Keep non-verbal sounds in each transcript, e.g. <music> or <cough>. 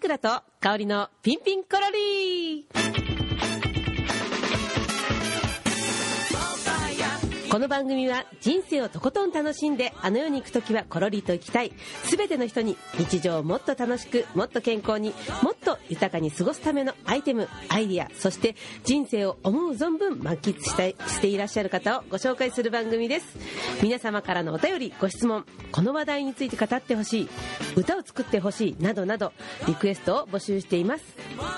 倉と香りのピンピンコロリこの番組は人生をとことん楽しんであの世に行く時はコロリと行きたい全ての人に日常をもっと楽しくもっと健康にもっと豊かに過ごすためのアイテムアイディアそして人生を思う存分満喫したいしていらっしゃる方をご紹介する番組です皆様からのお便りご質問この話題について語ってほしい歌を作ってほしいなどなどリクエストを募集しています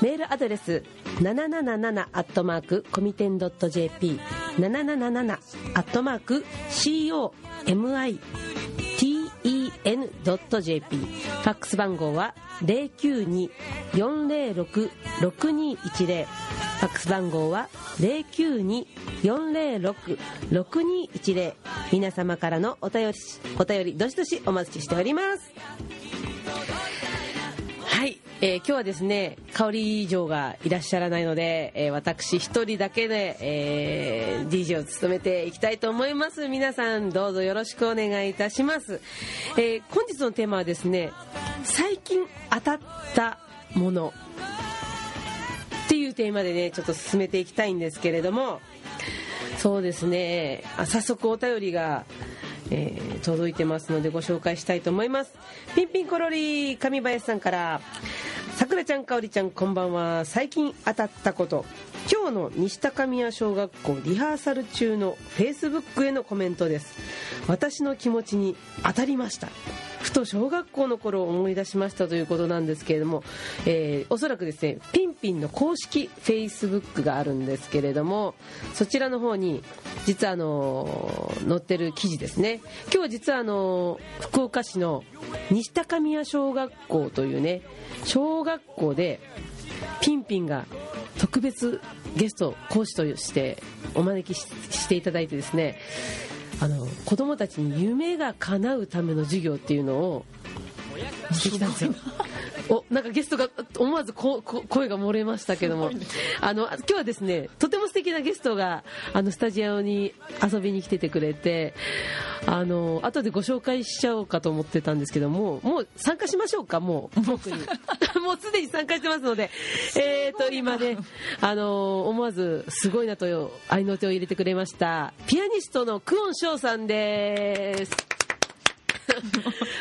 メールアドレス777アットマークコミテン .jp 777アットマーク COMITEN.jp ファックス番号は092-406-6210ファックス番号は092-406-6210皆様からのお便りお便りどしどしお待ちしておりますはい、えー今日はですね香り嬢がいらっしゃらないので、えー私一人だけで、えー DJ を務めていきたいと思います皆さんどうぞよろしくお願いいたします、えー本日のテーマはですね最近当たったものっていうテーマでねちょっと進めていきたいんですけれどもそうですねあ早速お便りが、えー届いてますのでご紹介したいと思いますピンピンコロリ上林さんからさくらちゃんかおりちゃんこんばんは最近当たったこと今日の西高宮小学校リハーサル中のフェイスブックへのコメントです私の気持ちに当たりましたふと小学校の頃を思い出しましたということなんですけれども、えーおそらくですねピンピンの公式フェイスブックがあるんですけれどもそちらの方に実はあのー載ってる記事ですね今日実はあのー福岡市の西高宮小学校というね小学校でピンピンが特別ゲスト講師としてお招きししていただいてですねあの子供たちに夢が叶うための授業っていうのをしてきたんですよ。おなんかゲストが思わずここ声が漏れましたけども、あの今日はですねとても素敵なゲストがあのスタジオに遊びに来ててくれてあの後でご紹介しちゃおうかと思ってたんですけどももう参加しましょうかもう僕 <laughs> にもうすでに参加してますのでえーと今ねあの思わずすごいなと愛の手を入れてくれましたピアニストのクオンショウさん <laughs> です。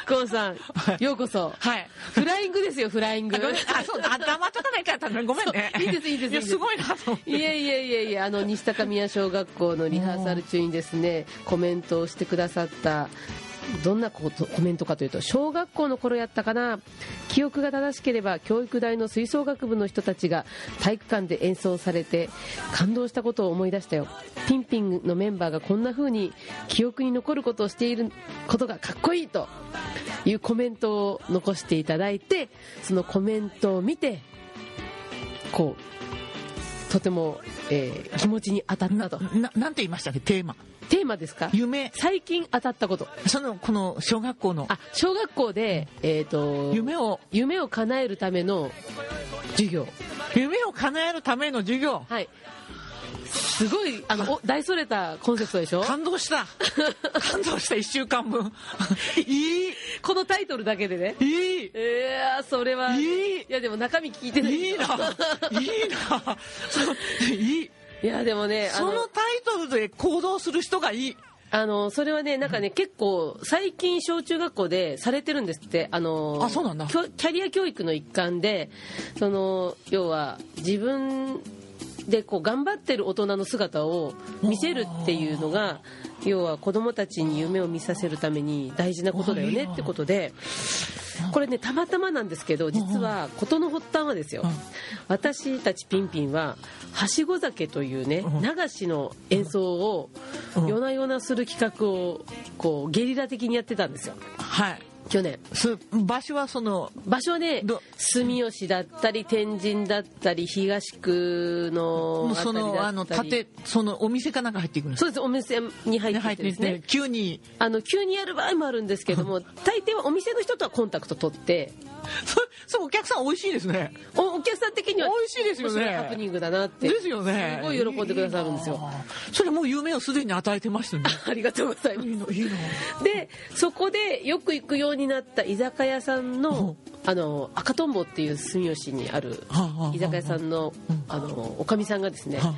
クオンさん、ようこそ。はい。フライングですよ、フライング。あ、そうだ、黙っとかないからごめんね。いいですいいですいいですや、すごいなと思って。いやいやいやいや、あの、西高宮小学校のリハーサル中にですね、コメントをしてくださった、どんなことコメントかというと、小学校の頃やったかな、記憶が正しければ、教育大の吹奏楽部の人たちが体育館で演奏されて、感動したことを思い出したよ。ピンピンのメンバーがこんな風に記憶に残ることをしていることがかっこいいというコメントを残していただいて、そのコメントを見て、こう、とても、えー気持ちに当たったとな、なんて言いましたっけ、テーマ。テーマですか夢。最近当たったことその、この小学校のあ小学校で、えー、と夢を、夢を叶えるための授業夢を叶えるための授業。はいすごいあのお大それたコンセプトでしょ感動した。感動した、一週 <laughs> 間分。いい、このタイトルだけでねいい、えー、それは、いいいやでも中身聞いてないいいな、いいな。そういい。 <laughs> いやでもねあそののタイトルで行動する人がいい。あのそれはねなんかね結構最近小中学校でされてるんですってあのあそうなんだきょキャリア教育の一環でその要は自分でこう頑張ってる大人の姿を見せるっていうのが要は子供たちに夢を見させるために大事なことだよねってことでこれねたまたまなんですけど実は事の発端はですようん私たちピンピンははしご酒というねうん流しの演奏をうん夜な夜なする企画をこうゲリラ的にやってたんですよはい。去年す場所はその、場所はねど住吉だったり天神だったり東区ものうその、ああの、たりだったり建て、そのお店かなんか入っていくんですそうですお店に入ねって入きっててでみすねて、急に。あの急にやる場合もあるんですけども大抵はお店の人とはコンタクト取ってそそう、お客さん美味しいですね。おお客さん的には美味しいですよね面白ハプニングだなってですよね。すごい喜んでくださるんですよいいなぁそれもう夢をすでに与えてまし <laughs> たね。ありがとうございますいいの、いいの。でそこでよく行くようになった居酒屋さんのあの赤とんぼっていう住吉にあるはあはあはあ居酒屋さんのうんあのおかみさんがですねは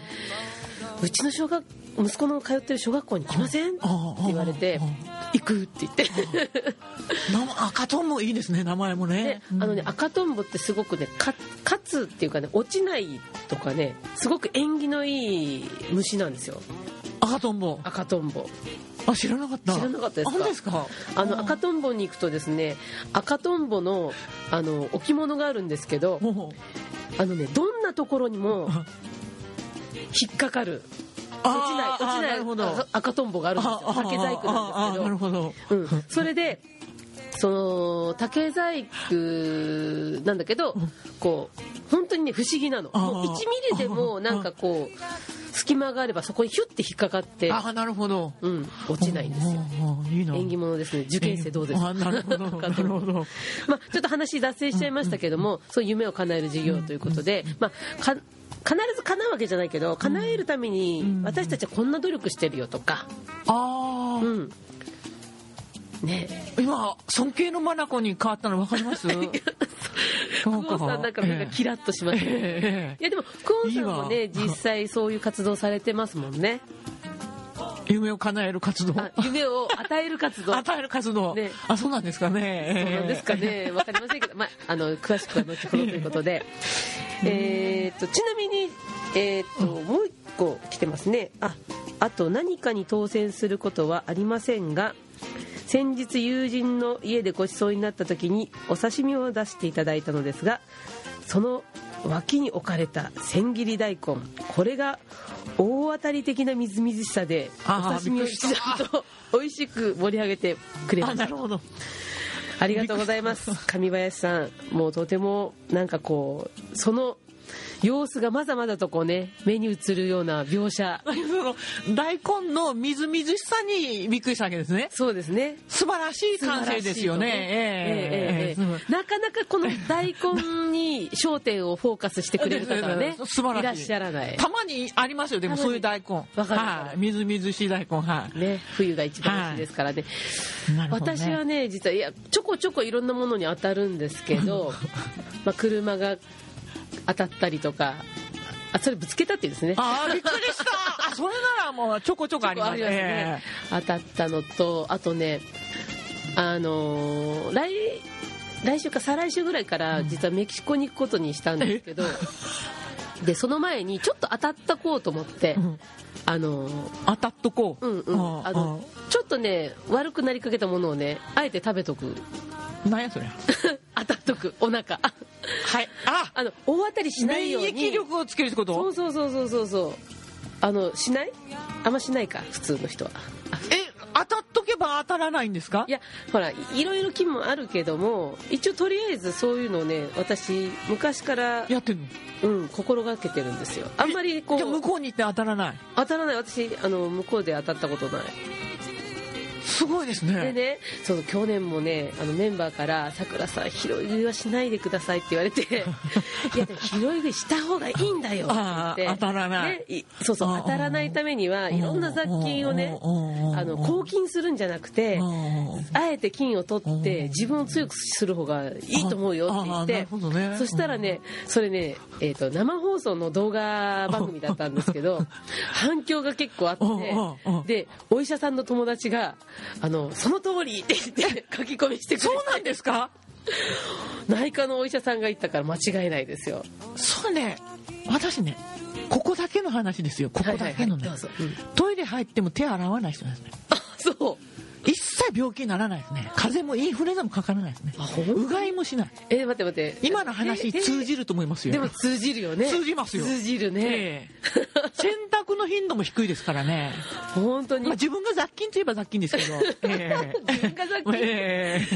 うちの小学息子の通ってる小学校に来ませんってあああ言われてあ行くって言って名前赤トンもいいですね名前もで <laughs> ねうんあのね赤とんぼってすごくねか勝つっていうかね落ちないとかねすごく縁起のいい虫なんですよ赤トンボ赤とんぼあ知らなかった知らなかったですかあ本当ですかあのうん赤とんぼに行くとですね赤とんぼのあの置物があるんですけどもうあのねどんなところにもあ引っかかるあ落ちない落ちあなるほどない赤赤とんぼがあるんですよあ竹細工ああななんでするほどけど、うん、それでその竹細工なんだけどこう本当にね不思議なのあもう1ミリでもなんかこう隙間があればそこにヒュッて引っかかって、あなるほどうん、落ちないんですよああいいな縁起物ですね受験生どうですかあな <laughs> るほどなるほどまあ、ちょっと話脱線しちゃいましたけども、そういう夢を叶える事業ということで、まあ、か必ず叶うわけじゃないけど叶えるために私たちはこんな努力してるよとか、あうあんね今尊敬の眼に変わったの分かります <laughs> 久久保さんなんか目がキラッとしました、いええやでも久保さんもいねいわ <laughs> 実際そういう活動されてますもんね夢を叶える活動あ夢を与える活動与える活動、ねあそうなんですかねそうなんですかね、 <laughs> わかりませんけど、まあ、あの詳しくは後ほどということで、えーっとちなみに、えーっともう一個来てますねああと何かに当選することはありませんが先日友人の家でご馳走になった時にお刺身を出していただいたのですがその脇に置かれた千切り大根これが大当たり的なみずみずしさであーお刺身をびっくり一した段と美味しく盛り上げてくれまあしなたるほどありがとうございます上林さんもうとてもなんかこうその様子がまだまだとこうね目に映るような描写その大根のみずみずしさにびっくりしたわけですねそうですね素晴らしい感性ですよねええええええええええなかなかこの大根に焦点をフォーカスしてくれる方はね素晴らしいらっしゃらないたまにありますよでもそういう大根たまにわかるわかるはいみずみずしい大根はね冬が一番美味しいですからねいなるほどね私はね実はいやちょこちょこいろんなものに当たるんですけ <laughs> どまあ車が当たったりとかあそれぶつけたっていうんですねああびっくりしたあそれならもうちょこちょこありますねえ当たったのとあとねあのー来来週か再来週ぐらいから実はメキシコに行くことにしたんです <laughs> けど、でその前にちょっと当たったこうと思って、えうんあのー当たっとこううんうん、あのちょっとね悪くなりかけたものをねあえて食べとくあなんやそれ当たっとくお腹あはいああの大当たりしない免ように疫力をつけるってこそうとそうそうそうそうそうあのしないあんましないか普通の人はえ当たっとけば当たらないんですかいやほらいいろいろ菌もあるけども一応とりあえずそういうのをね私昔から、やってんのうん、心がけてるんですよあんまりこじゃあ向うこうに行って当たらない当たらない私あの向こうで当たったことないすごいですねでねその去年もねあのメンバーから「さくらさん拾い食いはしないでください」って言われて「いやでも拾い食いした方がいいんだよ」って言ってああ当たらないねいそうそうああ当たらないためにはいろんな雑菌をねああの抗菌するんじゃなくていあえて菌を取っうんて自分を強くする方がいいと思うよって言ってそしたらねそれね、えー、と生放送の動画番組だったんですけど反響が結構あうんうんうんってでお医者さんの友達が「あのその通り!」って言って書き込みしてくれそうなんですか内科のお医者さんが言ったから間違いないですよ。そうね私ねここだけの話ですよここだけのねはいはいはいどうぞトイレ入っても手洗わない人ですねあそう一切病気にならないですね風邪もインフルエンザもかからないですねあほんうがいもしないえー待って待って今の話えー通じると思いますよでも通じるよね通じますよ通じるね、ええ洗濯の頻度も低いですからね、本当にまあ、自分が雑菌といえば雑菌ですけど、ええ自分が雑菌え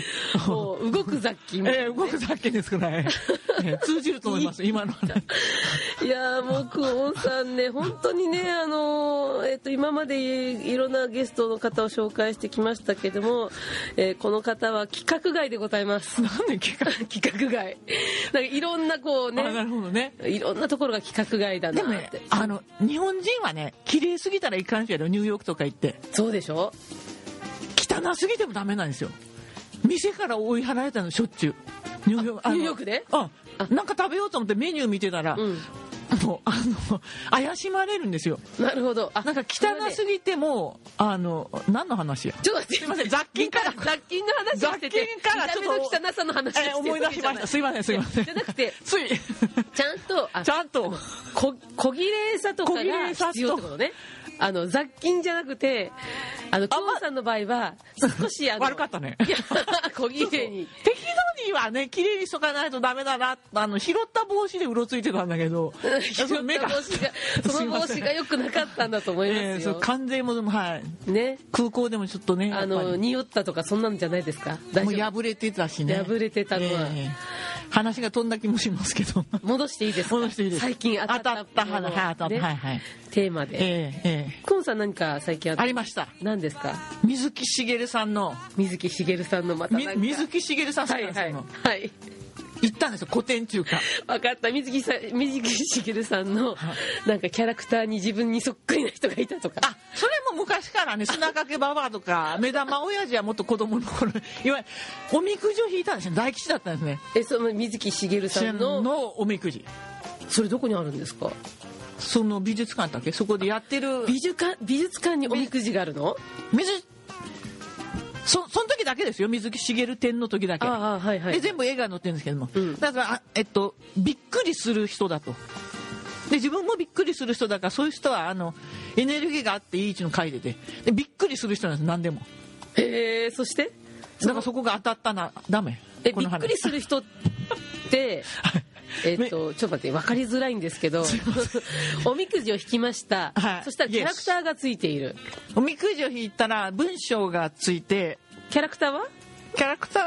えもう動く雑 <laughs> 菌ええ動く雑菌ですから、ええええ通じると思います今の話いやーもうクオンさんね本当にねあのーえっと今までいろんなゲストの方を紹介してきましたけども、えーこの方は規格外でございますなんで <laughs> 結果規格外なんかいろんなこうあなねるほどねいろんなところが規格外だなでっもねて、あの日本人はね綺麗すぎたらいかんしやろニューヨークとか行ってそうでしょ汚すぎてもダメなんですよ店から追い払えたのしょっちゅうニューヨークあのニューヨークであなんか食べようと思ってメニュー見てたら、うんもうあの怪しまれるんですよなるほどあなんか汚すぎてもうあの何の話やちょっと待ってすいません雑菌から雑菌の話をしてて雑菌からちょっと見た目の汚さの話をしてるえ思い出しましたすいませんすいませんじゃなくてついちゃんとあちゃんとこ小切れさとか小切がれさと必要ってことねあの雑菌じゃなくてあの久保さんの場合は少しあの悪かったねいや <laughs> 小切れに適度にはね綺麗にしとかないとダメだなあの拾った帽子でうろついてたんだけど拾ったその目が <laughs> 帽子がその帽子が良くなかったんだと思いえまーすそうよ、関税もでもはいね空港でもちょっとねやあっぱりの匂ったとかそんなんじゃないですか大もう丈夫破れてたしね破れてたのは話が飛んだ気もします <laughs> けど戻していいですか戻していいです最近当たったもの当たったはい当たったねはいはいテーマで、ええええ久保さん何か最近あったありました何ですか水木しげるさんの水木しげるさんのまたみなんか水木しげるさんはいそはういなんですよはい行ったんですよ古典中華分かった水木さん水木しげるさんのはいなんかキャラクターに自分にそっくりな人がいたとかあそれも昔からね砂かけばばあ <laughs> とか目玉親父はもっと子供の頃いわゆるおみくじを引いたんですね大吉だったんですねえその水木しげるさんののおみくじそれどこにあるんですかその美術館だっけそこでやってる美術館美術館におみくじがあるの水そその時だけですよ水木しげる展の時だけああはいはいで全部絵が載ってるんですけども、うんだからあえっとびっくりする人だとで自分もびっくりする人だからそういう人はあのエネルギーがあっていい位置の書いててでびっくりする人なんです何でもへえそしてだからそこが当たったなダメえこびのっ話くりする人 <laughs> ってえっとちょっと待って分かりづらいんですけど <laughs> おみくじを引きました、はいそしたらキャラクターがついているおみくじを引いたら文章がついてキャラクターはキャラクター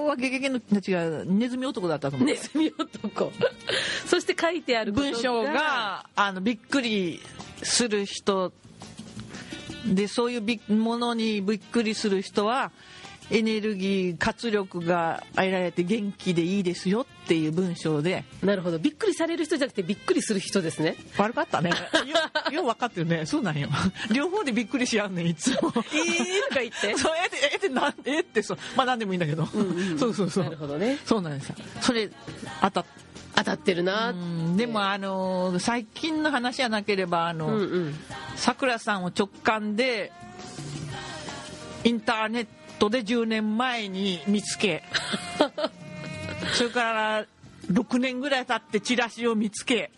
はゲゲゲの違うネズミ男だったと思う、 <laughs> ネズミ男そして書いてあること文章があのびっくりする人でそういうびものにびっくりする人はエネルギー活力が得られて元気でいいですよっていう文章でなるほどびっくりされる人じゃなくてびっくりする人ですね悪か <laughs> ったねよよう分かってるねそう <laughs> なんよ両方でびっくりし合うねんいつええともか言 <laughs> って <laughs> そうえってえってなんえってそうまあ何でもいいんだけど、 <laughs> そうそうそうなるほどねそうなんですよそれ当たっ当たってるなう、んでもあのー最近の話じゃなければあうん、の、うんさくらさんを直感でインターネットで10年前に見 <laughs> つけそれから6年ぐらい経ってチラシを見つけ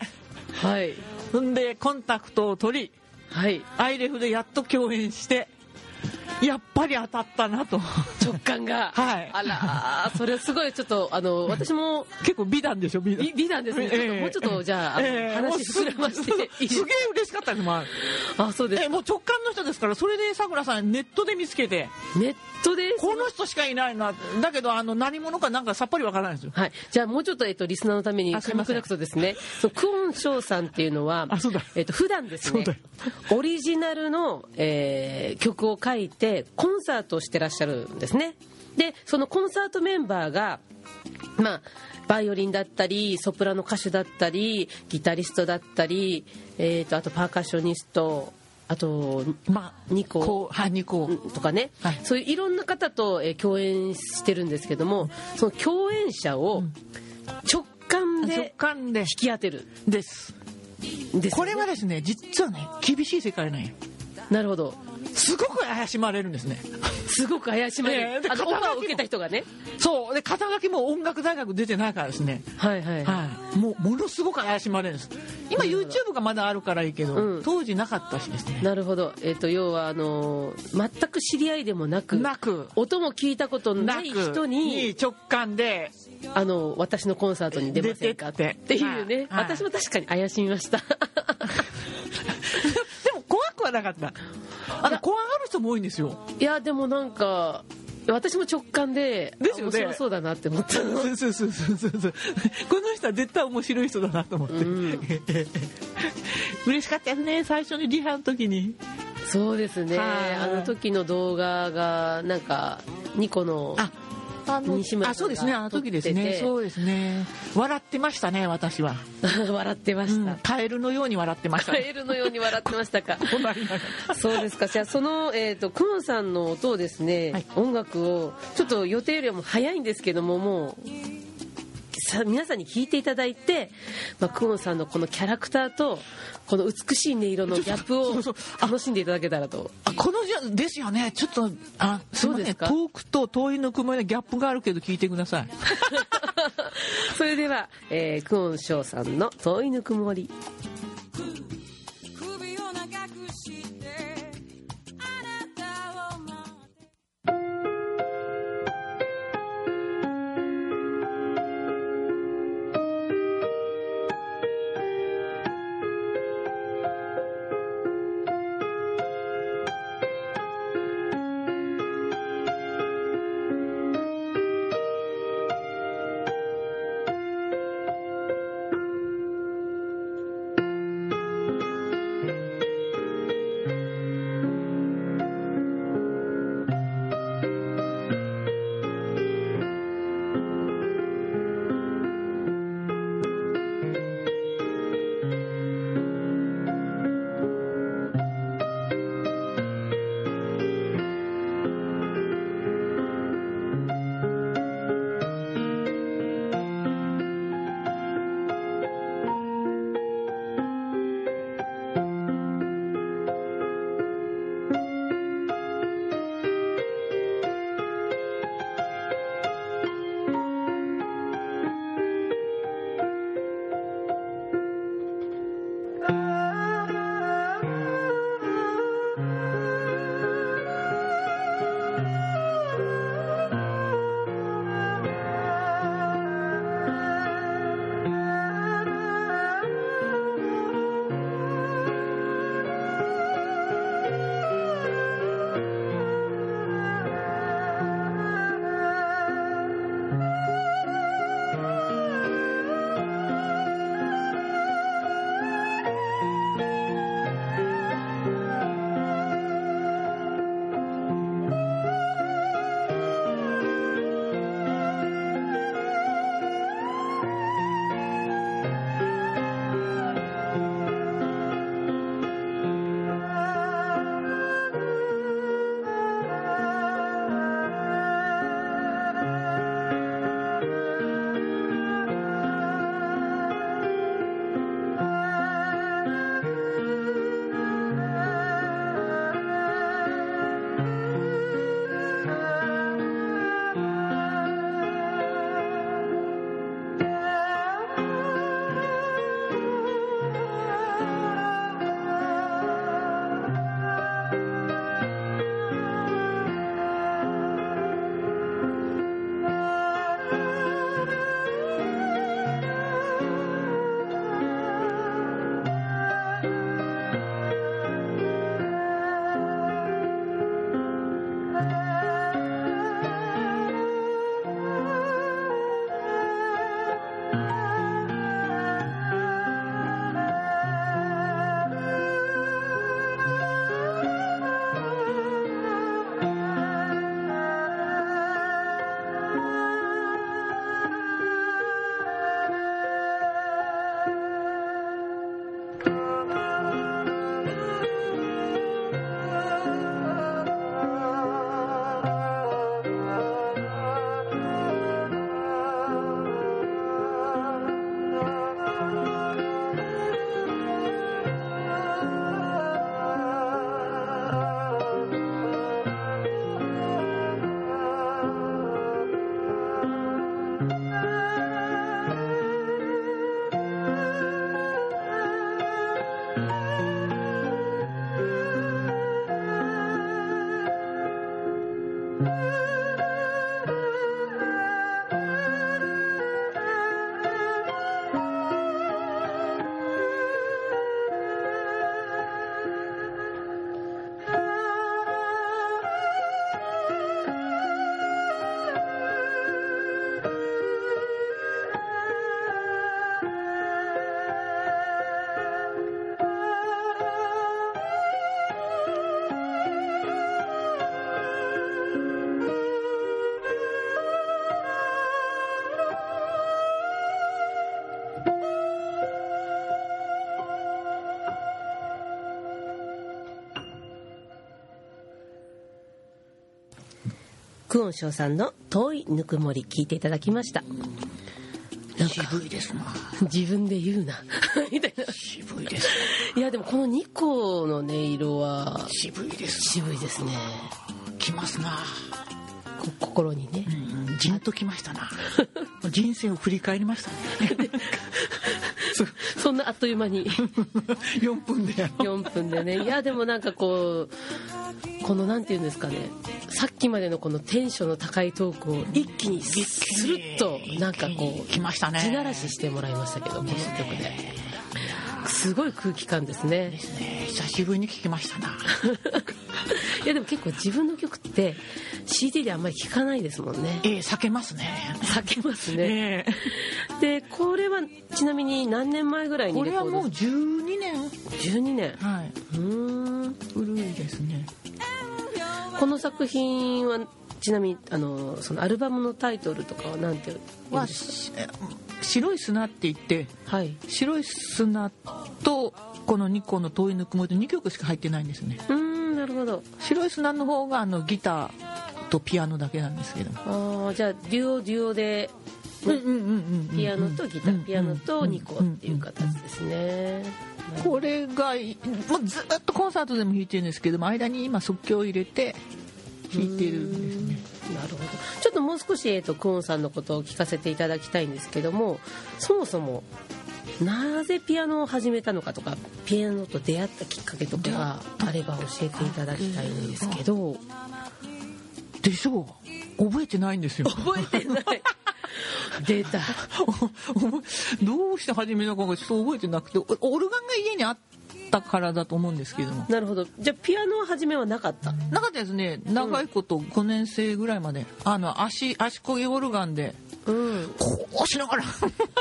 はいほんでコンタクトを取りはいアイレフでやっと共演してやっぱり当たったなと直感がはいあらーそれはすごいちょっとあの私も結構美談でしょ美談美美談ですね、ちょっともうちょっとじゃあ、あの話膨らましていいですすげえ嬉しかったですもうあれあそうですえもう直感の人ですからそれでさくらさんネットで見つけてネットですこの人しかいないなだけどあの何者かなんかさっぱりわからないんですよはい、じゃあもうちょっと、えっと、リスナーのためにあすいませんくとですねそうクオンショウさんっていうのは <laughs> あそうだえっと、普段ですねそうオリジナルの、えー曲を書いてコンサートをしてらっしゃるんですねでそのコンサートメンバーがまあバイオリンだったりソプラノ歌手だったりギタリストだったり、えー、とあとパーカッショニストあとまあ二個こうはい二個とかね、はいそういういろんな方と、えー共演してるんですけどもその共演者を直感直で感で引き当てるですんですよねこれはですね実はね厳しい世界なんよなるほどすごく怪しまれるんですねすごく怪しまれる、ねえであのオ肩ファー書きもを受けた人がねそうで肩書きも音楽大学出てないからですねはいはい、はい、もうものすごく怪しまれるんです今 YouTube がまだあるからいいけど、うん当時なかったしですねなるほど、えっと要はあのー全く知り合いでもなくなく音も聞いたことなない人くにに直 <laughs> 感であの私のコンサートに出ませんかっ出ててっていうね、はいはい私も確かに怪しみましたでも怖くはなかったあの怖がる人も多いんですよいやでもなんか私も直感でですよねあ面白そうだなって思ったのそうそうそうそうそうそうこの人は絶対面白い人だなと思って、う嬉しかったですね最初にリハの時にそうですねはいあの時の動画がなんか2個のあの西村さんがあそうですねあの時です撮ってねてそうですね笑ってましたね私は、 <laughs> 笑ってまうしんた、カエルのように笑ってましたカねエルのように笑ってましたかこんなに笑 <laughs> そうですかじゃあその、えー、とクモンさんの音をですね、はい音楽をちょっと予定よりも早いんですけどももうさ皆さんに聞いていただいて、まあ、クオンさんのこのキャラクターとこの美しい音色のギャップをそうそう楽しんでいただけたらとあこのじゃですよねちょっとあすいそまうでせんすか遠くと遠いぬくもりのギャップがあるけど聞いてください <laughs> それでは、えー、クオンショウさんの「遠いぬくもり首を長くしてあなたを待ってクオンショウさんの「遠いぬくもり」聞いていただきましたななんか渋いですな <laughs> 自分で言うな <laughs> みたいな渋いですいやでもこの2個の音色は渋いです渋いですねきますな、こ心にねうん、じんときましたな人生を振り返りました <laughs> ねそうそんなあっという間に <laughs> 4分でやろう4分でねいやでもなんかこうこのなんて言うんですかねさっきまでのこのテンションの高いトークを一気にスルッとなんかこう来ましたね地ならししてもらいましたけどこの曲ですごい空気感ですねですね久しぶりに聞きましたないやでも結構自分の曲って CD であんまり聴かないですもんねええ避けますね避けますねえ <laughs> でこれはちなみに何年前ぐらいえにこレれコはードもう12年12年はいうーん古いですねこの作品はちなみにあのそのアルバムのタイトルとかは何て言うはんです白い砂って言ってかはい白い砂とこの2個の遠いぬくもりと2曲しか入ってないんですねうーんなるほど白い砂の方があのギターとピアノだけなんですけどあーじゃあデュオデュオでピピアノとギターピアノと2個っていう形ですねこれがいもうずっとコンサートでも弾いてるんですけども間に今即興を入れて弾いてるんですねなるほどちょっともう少し、えー、とクオンさんのことを聞かせていただきたいんですけどもそもそもなぜピアノを始めたのかとかピアノと出会ったきっかけとかあれば教えていただきたいんですけどでしょう覚えてないんですよ <laughs> 覚えてない出たどうして始めたかがちょっと覚えてなくてオオルガンが家にあったからだと思うんですけどもなるほどじゃあピアノは初めはなかったなかったですね長いこと5年生ぐらいまであの足足こぎオルガンでうんこうし <laughs> ながら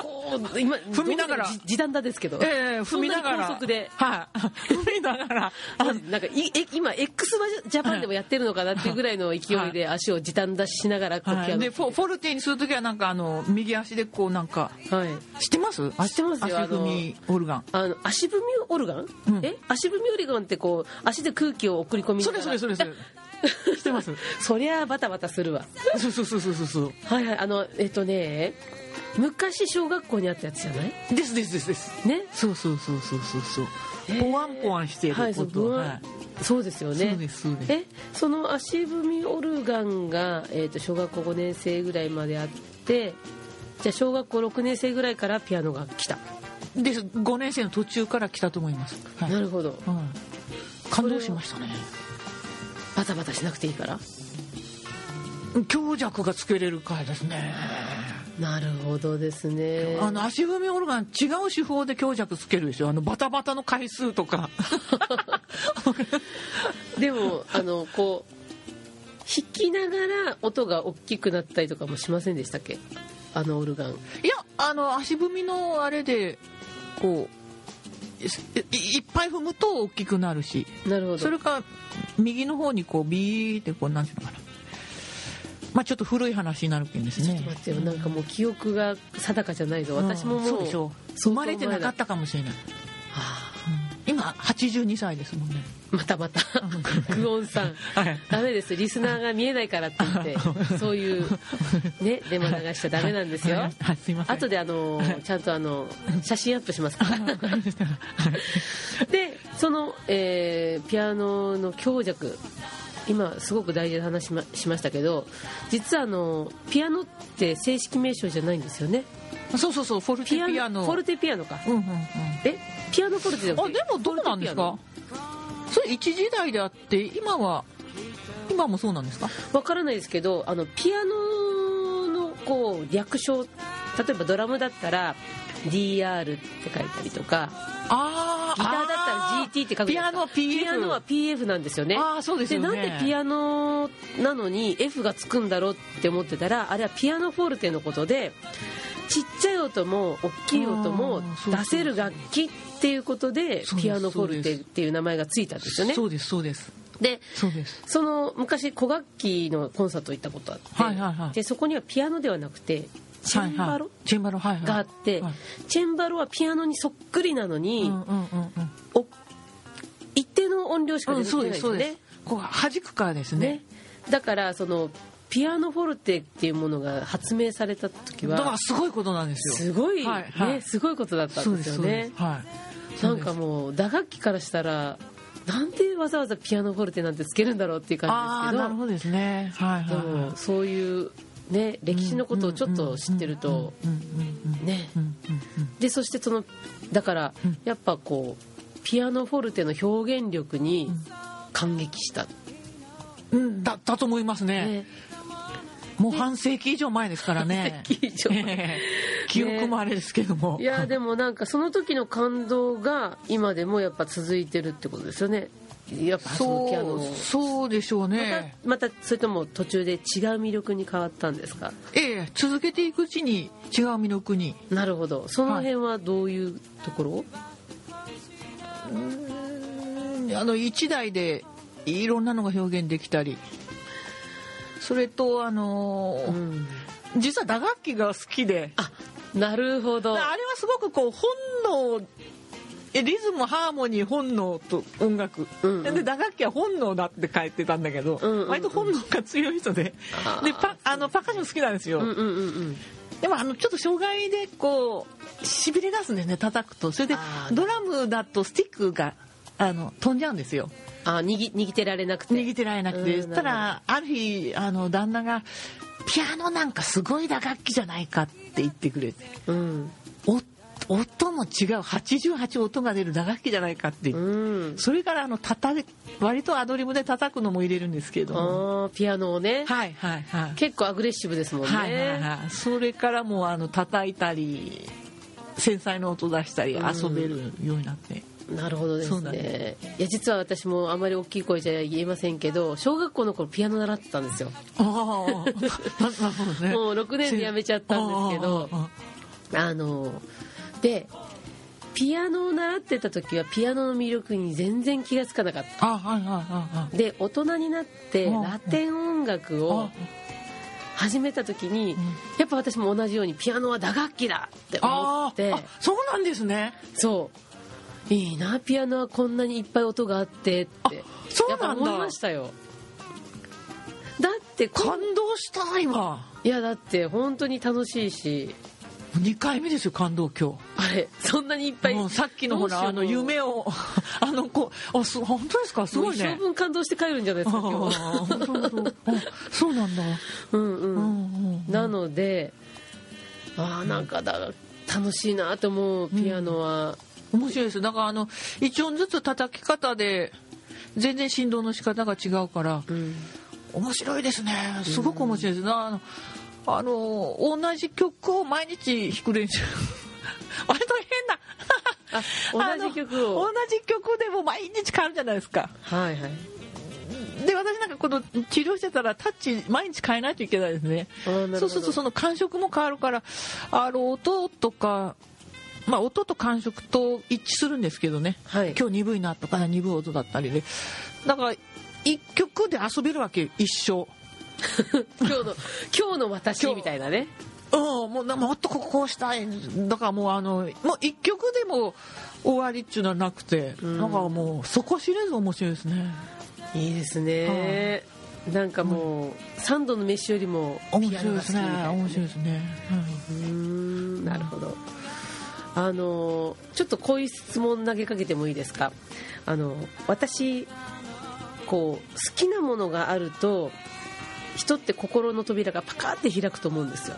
こう今踏みながらどう見てもじ時短だですけどええ踏みながらそんに高速ではい、 <laughs> 踏みながらあのなんかいえ今 x ジャパンでもやってるのかなっていうぐらいの勢いで足を時短出ししながらこうはピアい、ノでフォフォルテにする時はなんかあの右足でこうなんかはい知ってま知っすてますよ足踏みオルガンあの足踏みオルガン、うんえ足踏みオルガンってこう足で空気を送り込みなそがれらそれそれそれ知ってます <laughs> そりゃあバタバタするわそうそうそうそうそうそはいはいあのえっとね昔小学校にあったやつじゃないうですですですですねそうそうそうそうそうそうへーポワンポワンしてるはいそこうとぶわはいそうですよねそうですそうですえその足踏みオルガンが、えー、と小学校5年生ぐらいまであってじゃあ小学校6年生ぐらいからピアノが来た、です5年生の途中から来たと思います、はいなるほどはい、感動しましたねバタバタしなくていいから強弱がつけれる回ですねなるほどですねあの足踏みオルガン違う手法で強弱つけるでしょあのバタバタの回数とかでもあのこう弾きながら音が大きくなったりとかもしませんでしたっけあのオルガンいやあの足踏みのあれでこういいいっぱい踏むと大きくなるしなるほどそれか右の方にこうビーってこうなんていうのかなまあちょっと古い話になるけんですね待ってよなんかもう記憶が定かじゃないぞ私ももう,、んそうでしょう生まれてなかったかもしれない、はあうん今82歳ですもんねまたまた <laughs> グオンさんはいダメですリスナーが見えないからって言ってそういう <laughs> ねデマ流しちゃダメなんですよはいはいすいません <laughs> 後であのちゃんとあの写真アップしますからわかりましたはいでその、えーピアノの強弱今すごく大事な話しましましたけど実はあのピアノって正式名称じゃないんですよねそうそうそうフォルテピアノピアノフォルテピアノかうんうんうんえピアノフォルテじゃなあくてでもどうなんですかそれ一時代であって今は今もそうなんですかわからないですけどあのピアノのこう略称例えばドラムだったら DR って書いたりとかあーギターだったらあー GT って書くじピゃアノないですかは PF ピアノは PF なんですよねあーそうですよねなんでピアノなのに F がつくんだろうって思ってたらあれはピアノフォルテのことでちっちゃい音も大きい音も出せる楽器っていうことでそうそうそうピアノフォルテっていう名前がついたんですよねそうですそうですでそうですその昔古楽器のコンサート行ったことあって、はいはいはいでそこにはピアノではなくてチェンバはいはロい、チェンバロはいはいがあって、はいチェンバロはピアノにそっくりなのうに、んうんうんお一定の音量しうかん、う出ん、てこそうないでですすそうよですね。こう弾くからですねねだからそのピアノフォルテっていうものが発明された時だかはらすごいことなんですすよごい、はいはいね、すごいことだったそうんでですすよそうでねすはいなんかもう打楽器からしたらなんでわざわざピアノフォルテなんてつけるんだろうっていうあ感あじでーすけなるどほどですねはいはいでもそういう、ね、歴史のことをちょっと知ってると、うんうんねうんうんうんでそしてそのだからうんやっぱこうピアノフォルテの表現力に感激した、うんうんだったと思いますねねもう半世紀以上前ですからね半世紀以上前ええ <laughs> 記憶もあれですけどもいやでもなんかその時の感動が今でもやっぱ続いてるってことですよねやっぱそのピアノそうそうでしょうねまたまたそれとも途中で違う魅力に変わったんですかええ続けていくうちに違う魅力になるほどその辺はどういうところ、あの一台でいろんなのが表現できたりそれとあのうーん実は打楽器が好きであなるほどあれはすごくこう本能えリズムハーモニー本能と音楽、うんうんで打楽器は本能だって書いてたんだけど、うんうんうん割と本能が強い人でであーパあのパッカッション好きなんですよ、うんうんうんうんでもあのちょっと障害でこうしびれ出すんだよね叩くとそれであードラムだとスティックがあの飛んじゃうんですよあ握握ってられなくて握ってられなくてうんたらある日あの旦那が「ピアノなんかすごい打楽器じゃないか」って言ってくれてうんお音も違う88音が出る打楽器じゃないかって言うって、んそれからあの叩く割とアドリブで叩くのも入れるんですけれどもあーピアノをね、はいはいはい、結構アグレッシブですもんね、はいはいはいそれからもうあの叩いたり繊細な音出したりうん遊べるようになって、なるほどでそすうなんねでいや実は私もあまり大きい声じゃ言えませんけど小学校の頃ピアノ習ってたんですよああななるほどねもう6年でやめちゃったんですけどあああああああのでピアノを習ってた時はピアノの魅力に全然気がつかなかっあはいはいはいたで大人になってうんラテン音楽はをい始めた時にやっぱ私も同じようにピアノは打楽器だって思あってああそうなんですねそういいなピアノはこんなにいっぱい音があってってあそうなんだやっぱ思いましたよだってこん感動した今いやだって本当に楽しいし2回目ですよ感動今日あれそんなにいっぱいもうさっきのほらあのを夢を <laughs> あの子あす本当ですかすごい一生ね分感動して帰るんじゃないあであすか今日本当本当 <laughs> あそうなんだ、うんうん、うんうん、なのでああなんかだ楽しいなと思うピアノは、面白いですだからあの一音ずつ叩き方で全然振動の仕方が違うからうん面白いですねすごく面白いですなあのあの同じ曲を毎日弾く練習 <laughs> あれ大変だあ同じ曲あのを同じ曲でも毎日変わるじゃないですかはいはいで私なんかこの治療してたらタッチ毎日変えないといけないですねあーなるほどそうするとその感触も変わるからあの音とか、まあ、音と感触と一致するんですけどね、はい今日鈍いなとか鈍い音だったりでだから一曲で遊べるわけよ一生。今日 <laughs> の今日の私みたいなねうん、もうなもっとこここうしたいだからもうあのもう一曲でも終わりっちゅうのはなくて、んなんかもうそこ知れず面白いですねいいですね、なんかもう、三度の飯よりも面ピア白ノが好きいですみねたいな面白いですね、うんうーんなるほどあのちょっとこういう質問投げかけてもいいですかあの私こう好きなものがあると人って心の扉がパカって開くと思うんですよ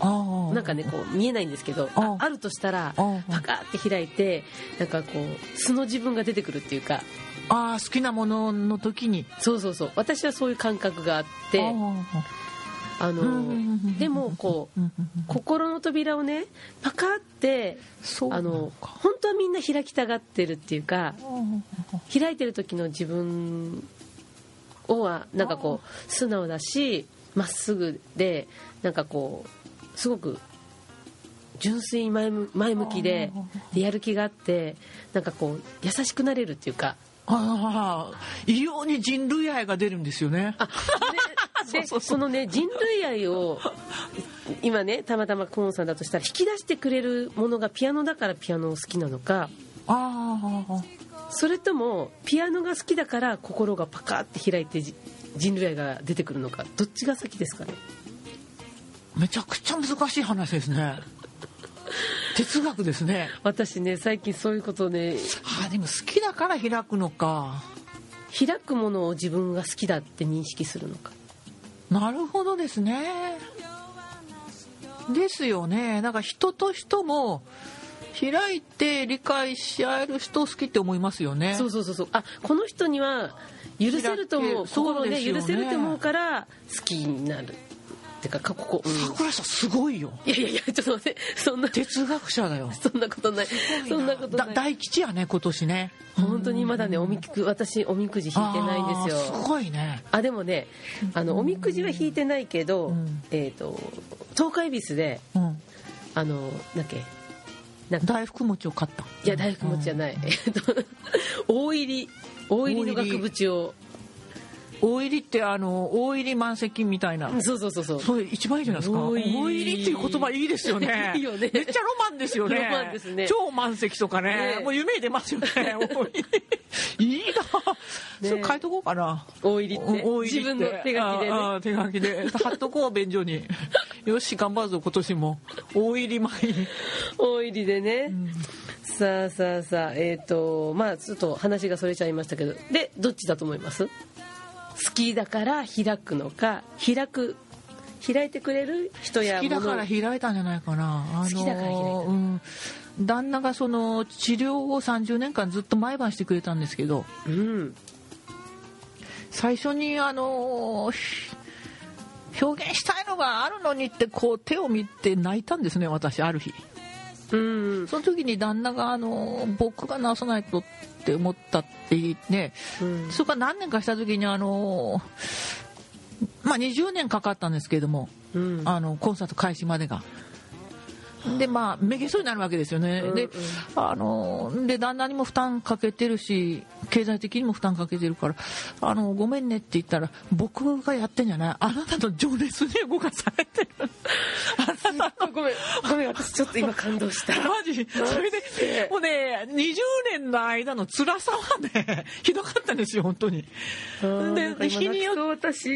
ああなんかねこう見えないんですけどあああるとしたらあパカって開いてなんかこう素の自分が出てくるっていうかああ好きなものの時にそうそうそう私はそういう感覚があってああのでもこう心の扉をねパカってそうあの本当はみんな開きたがってるっていうか開いてる時の自分をはなんかこう素直だしまっすぐでなんかこうすごく純粋に前む前向きででやる気があってなんかこう優しくなれるっていうかああ異様に人類愛が出るんですよねあででそうそうそこのね人類愛を今ねたまたまコーンさんだとしたら引き出してくれるものがピアノだからピアノを好きなのかああそれともピアノが好きだから心がパカって開いてじ人類愛が出てくるのかどっちが先ですかねめちゃくちゃ難しい話ですね哲学ですね私ね最近そういうことねあでも好きだから開くのか開くものを自分が好きだって認識するのかなるほどですねですよねだから人と人も開いて理解し合える人を好きって思いますよねそうそうそうそうあこの人には許せると思う開けそう心でですよね許せると思うから好きになるってかかここ、うん桜井さんすごいよいやいやいやちょっと待ってそんな哲学者だよそんなことないそんなことだない大吉やね今年ね本当にまだねおみく私おみくじ引いてないんですよあーすごいねあでもねあのおみくじは引いてないけど、んえっ、と東海ビスでうんあのなんだっけ大福餅を買ったいや大福餅じゃない、えっと <laughs> 大入り大入りの額縁を大入りってあの大入り満席みたいな、そうそうそうそうそれ一番いいじゃないですか大大入り入りっていう言葉いいですよね <laughs> いいよねめっちゃロマンですよねロマンですね超満席とかねねもう夢に出ます <laughs> よね大入りいいな、それ書いとこうかな大入りって大入り自分の手書きでねああ手書きで貼っとこう便所によし頑張るぞ今年も大入り前に大入りでね、さあさあさあえっ、とまあちょっと話がそれちゃいましたけどでどっちだと思います好きだから開くのか開く開いてくれる人や好きだからもの開いたんじゃないかな、あの好きだから開いたうん、旦那がその治療を30年間ずっと毎晩してくれたんですけどうん最初にあのひ表現したいのがあるのにってこう手を見て泣いたんですね私ある日うんその時に旦那があの僕が直さないとって思ったって言ってねうんそれから何年かした時にあのまあ20年かかったんですけれどもうんあのコンサート開始までが。でまあ、めげそうになるわけですよね、うんうんであので旦那にも負担かけてるし経済的にも負担かけてるからあのごめんねって言ったら僕がやってんじゃないあなたの情熱に動かされてるあ <laughs> なたのごめんごめん私ちょっと今感動したマジそれでもうね20年の間の辛さはねひどかったんですよ本当にでで日によって私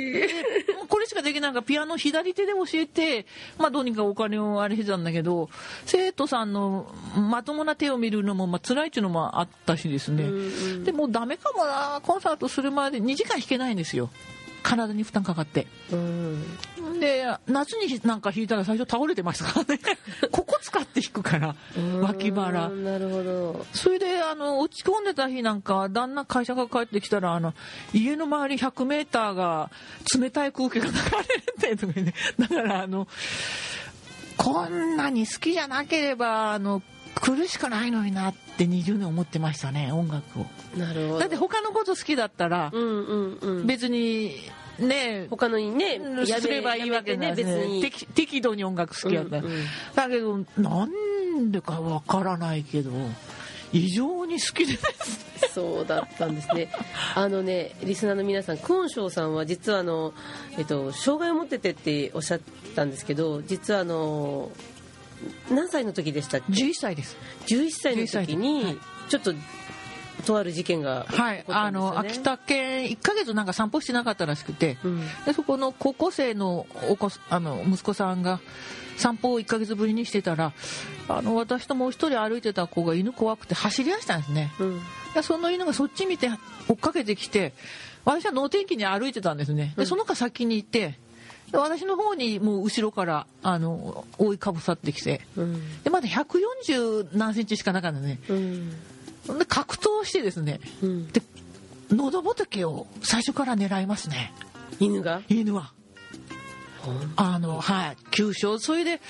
もうこれしかできないからピアノ左手で教えて、まあ、どうにかお金をあれしてたんだけど生徒さんのまともな手を見るのも、まあ辛いっていうのもあったしですね、でもうダメかもなコンサートするまで2時間弾けないんですよ体に負担かかってうんで夏になんか弾いたら最初倒れてましたからねここ使って弾くから脇腹うんなるほどそれであの落ち込んでた日なんか旦那会社が帰ってきたらあの家の周り1 0 0メーターが冷たい空気が流れて <laughs> とかねだからあのこんなに好きじゃなければあの苦しくないのになって20年思ってましたね音楽をなるほどだって他のこと好きだったらうんうんうん別にね他のにねやめすればいいわけなやんめでてすね別ねに適適度に音楽好きやった、うんうんだけどなんでかわからないけど異常に好きですそうだったんですね。あのね、リスナーの皆さん、クオンショウさんは実はあの、えっと、障害を持っててっておっしゃったんですけど、実はあの、何歳の時でしたっけ11歳です11歳の時11歳に、ちょっと、とある事件が起こったんはですよ、ね。いあの秋田県1ヶ月なんか散歩してなかったらしくて、うんでそこの高校生のお子あの息子さんが散歩を1ヶ月ぶりにしてたらあの私ともう一人歩いてた子が犬怖くて走り出したんですね、うん。でその犬がそっち見て追っかけてきて私は能天気に歩いてたんですねでその子が先にいてで私の方にもう後ろからあの覆いかぶさってきてうん。でまだ140何センチしかなかったねうん。で格闘してですねうんで喉仏を最初から狙いますね犬が犬はあのはい急所それで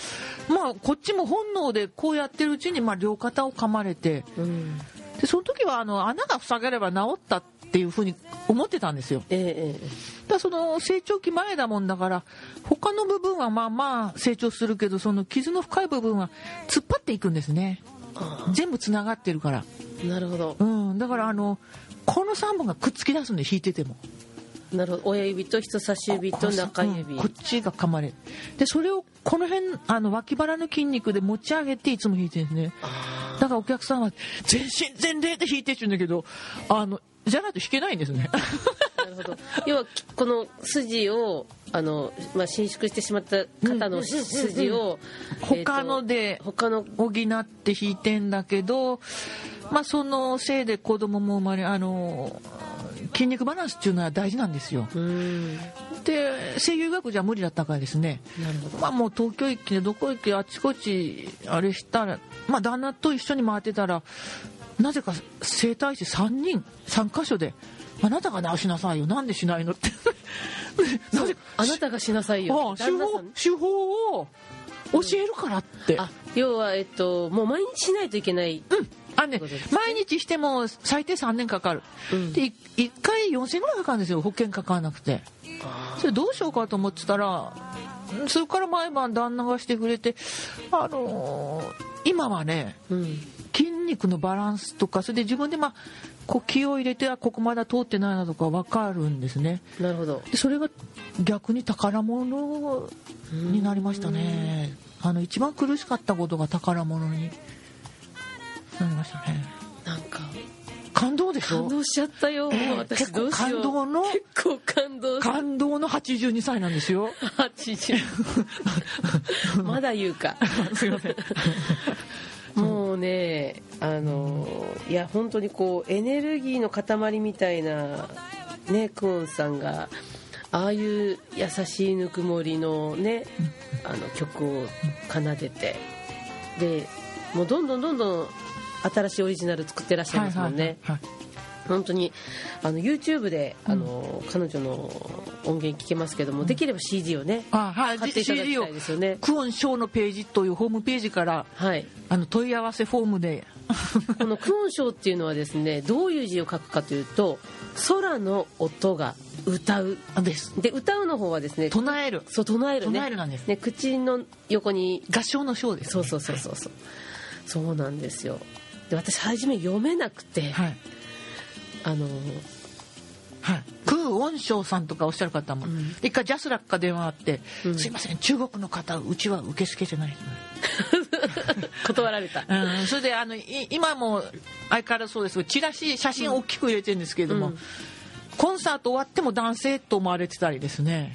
まあこっちも本能でこうやってるうちに、まあ、両肩を噛まれてうん。でその時はあの穴が塞がれば治ったっていうふうに思ってたんですよええええだからその成長期前だもんだから他の部分はまあまあ成長するけどその傷の深い部分は突っ張っていくんですね全部つながってるからなるほど。うんだからあのこの3本がくっつき出すんで引いててもなるほど。親指と人差し指と中指。うんこっちが噛まれるでそれをこの辺あの脇腹の筋肉で持ち上げていつも引いてるんですねだからお客さんは全身全霊で引いてって言うんだけどあのじゃないと引けないんですねなるほど要はきこの筋をあの、まあ、伸縮してしまった肩の筋をえーと他ので他の補って引いてんだけど、まあ、そのせいで子供も生まれあの筋肉バランスっていうのは大事なんですようんなで声優学じゃ無理だったからですねるほどまあもう東京駅でどこ行きあちこちあれしたら、まあ、旦那と一緒に回ってたらなぜか整体師3人3箇所で「あなたが直しなさいよなんでしな <laughs> いの?」ってでなぜかあなたがしなさいあよあ手旦那さ法ん手法を教えるからって、あ要はえっともう毎日しないといけないあのねそうですね毎日しても最低3年かかる、うんでい1回4000円ぐらいかかるんですよ保険かからなくてそれどうしようかと思ってたらうんそれから毎晩旦那がしてくれてあのー今はねうん筋肉のバランスとかそれで自分でまあこう気を入れてあここまだ通ってないなとか分かるんですねなるほどでそれが逆に宝物になりましたねあの一番苦しかったことが宝物になりましたねなんか感動でしょ感動しちゃったよ、ええもう私結ど構うしよ感う動の結構感動した感動の82歳なんですよ80まだ言うかすいませんもうねあのいや本当にこうエネルギーの塊みたいなねクオンさんがああいう優しいぬくもりのねあの曲を奏でてでもうどんどんどんどん新しいオリジナル作ってらっしゃいますもんね、はい本当にあの YouTube であの、彼女の音源聞けますけども、できれば CD をねあはい買っていただ CD きをたいですよねクオンショーのページというホームページからはいあの問い合わせフォームでこのクオンショーっていうのはですねどういう字を書くかというと空の音が歌うですで歌うの方はですね唱えるそう唱えるね唱えるなんですね口の横に合唱のショーですそうそうそうそうそうそうなんですよで私初め読めなくて、はいあのはい、空恩賞さんとかおっしゃる方も、ん一回ジャスラックから電話あって、うんすいません中国の方うちは受け付けてない、断られたうん、それであのい今も相変わらずそうですけどチラシ写真大きく入れてるんですけれども、うんコンサート終わっても男性と思われてたりですね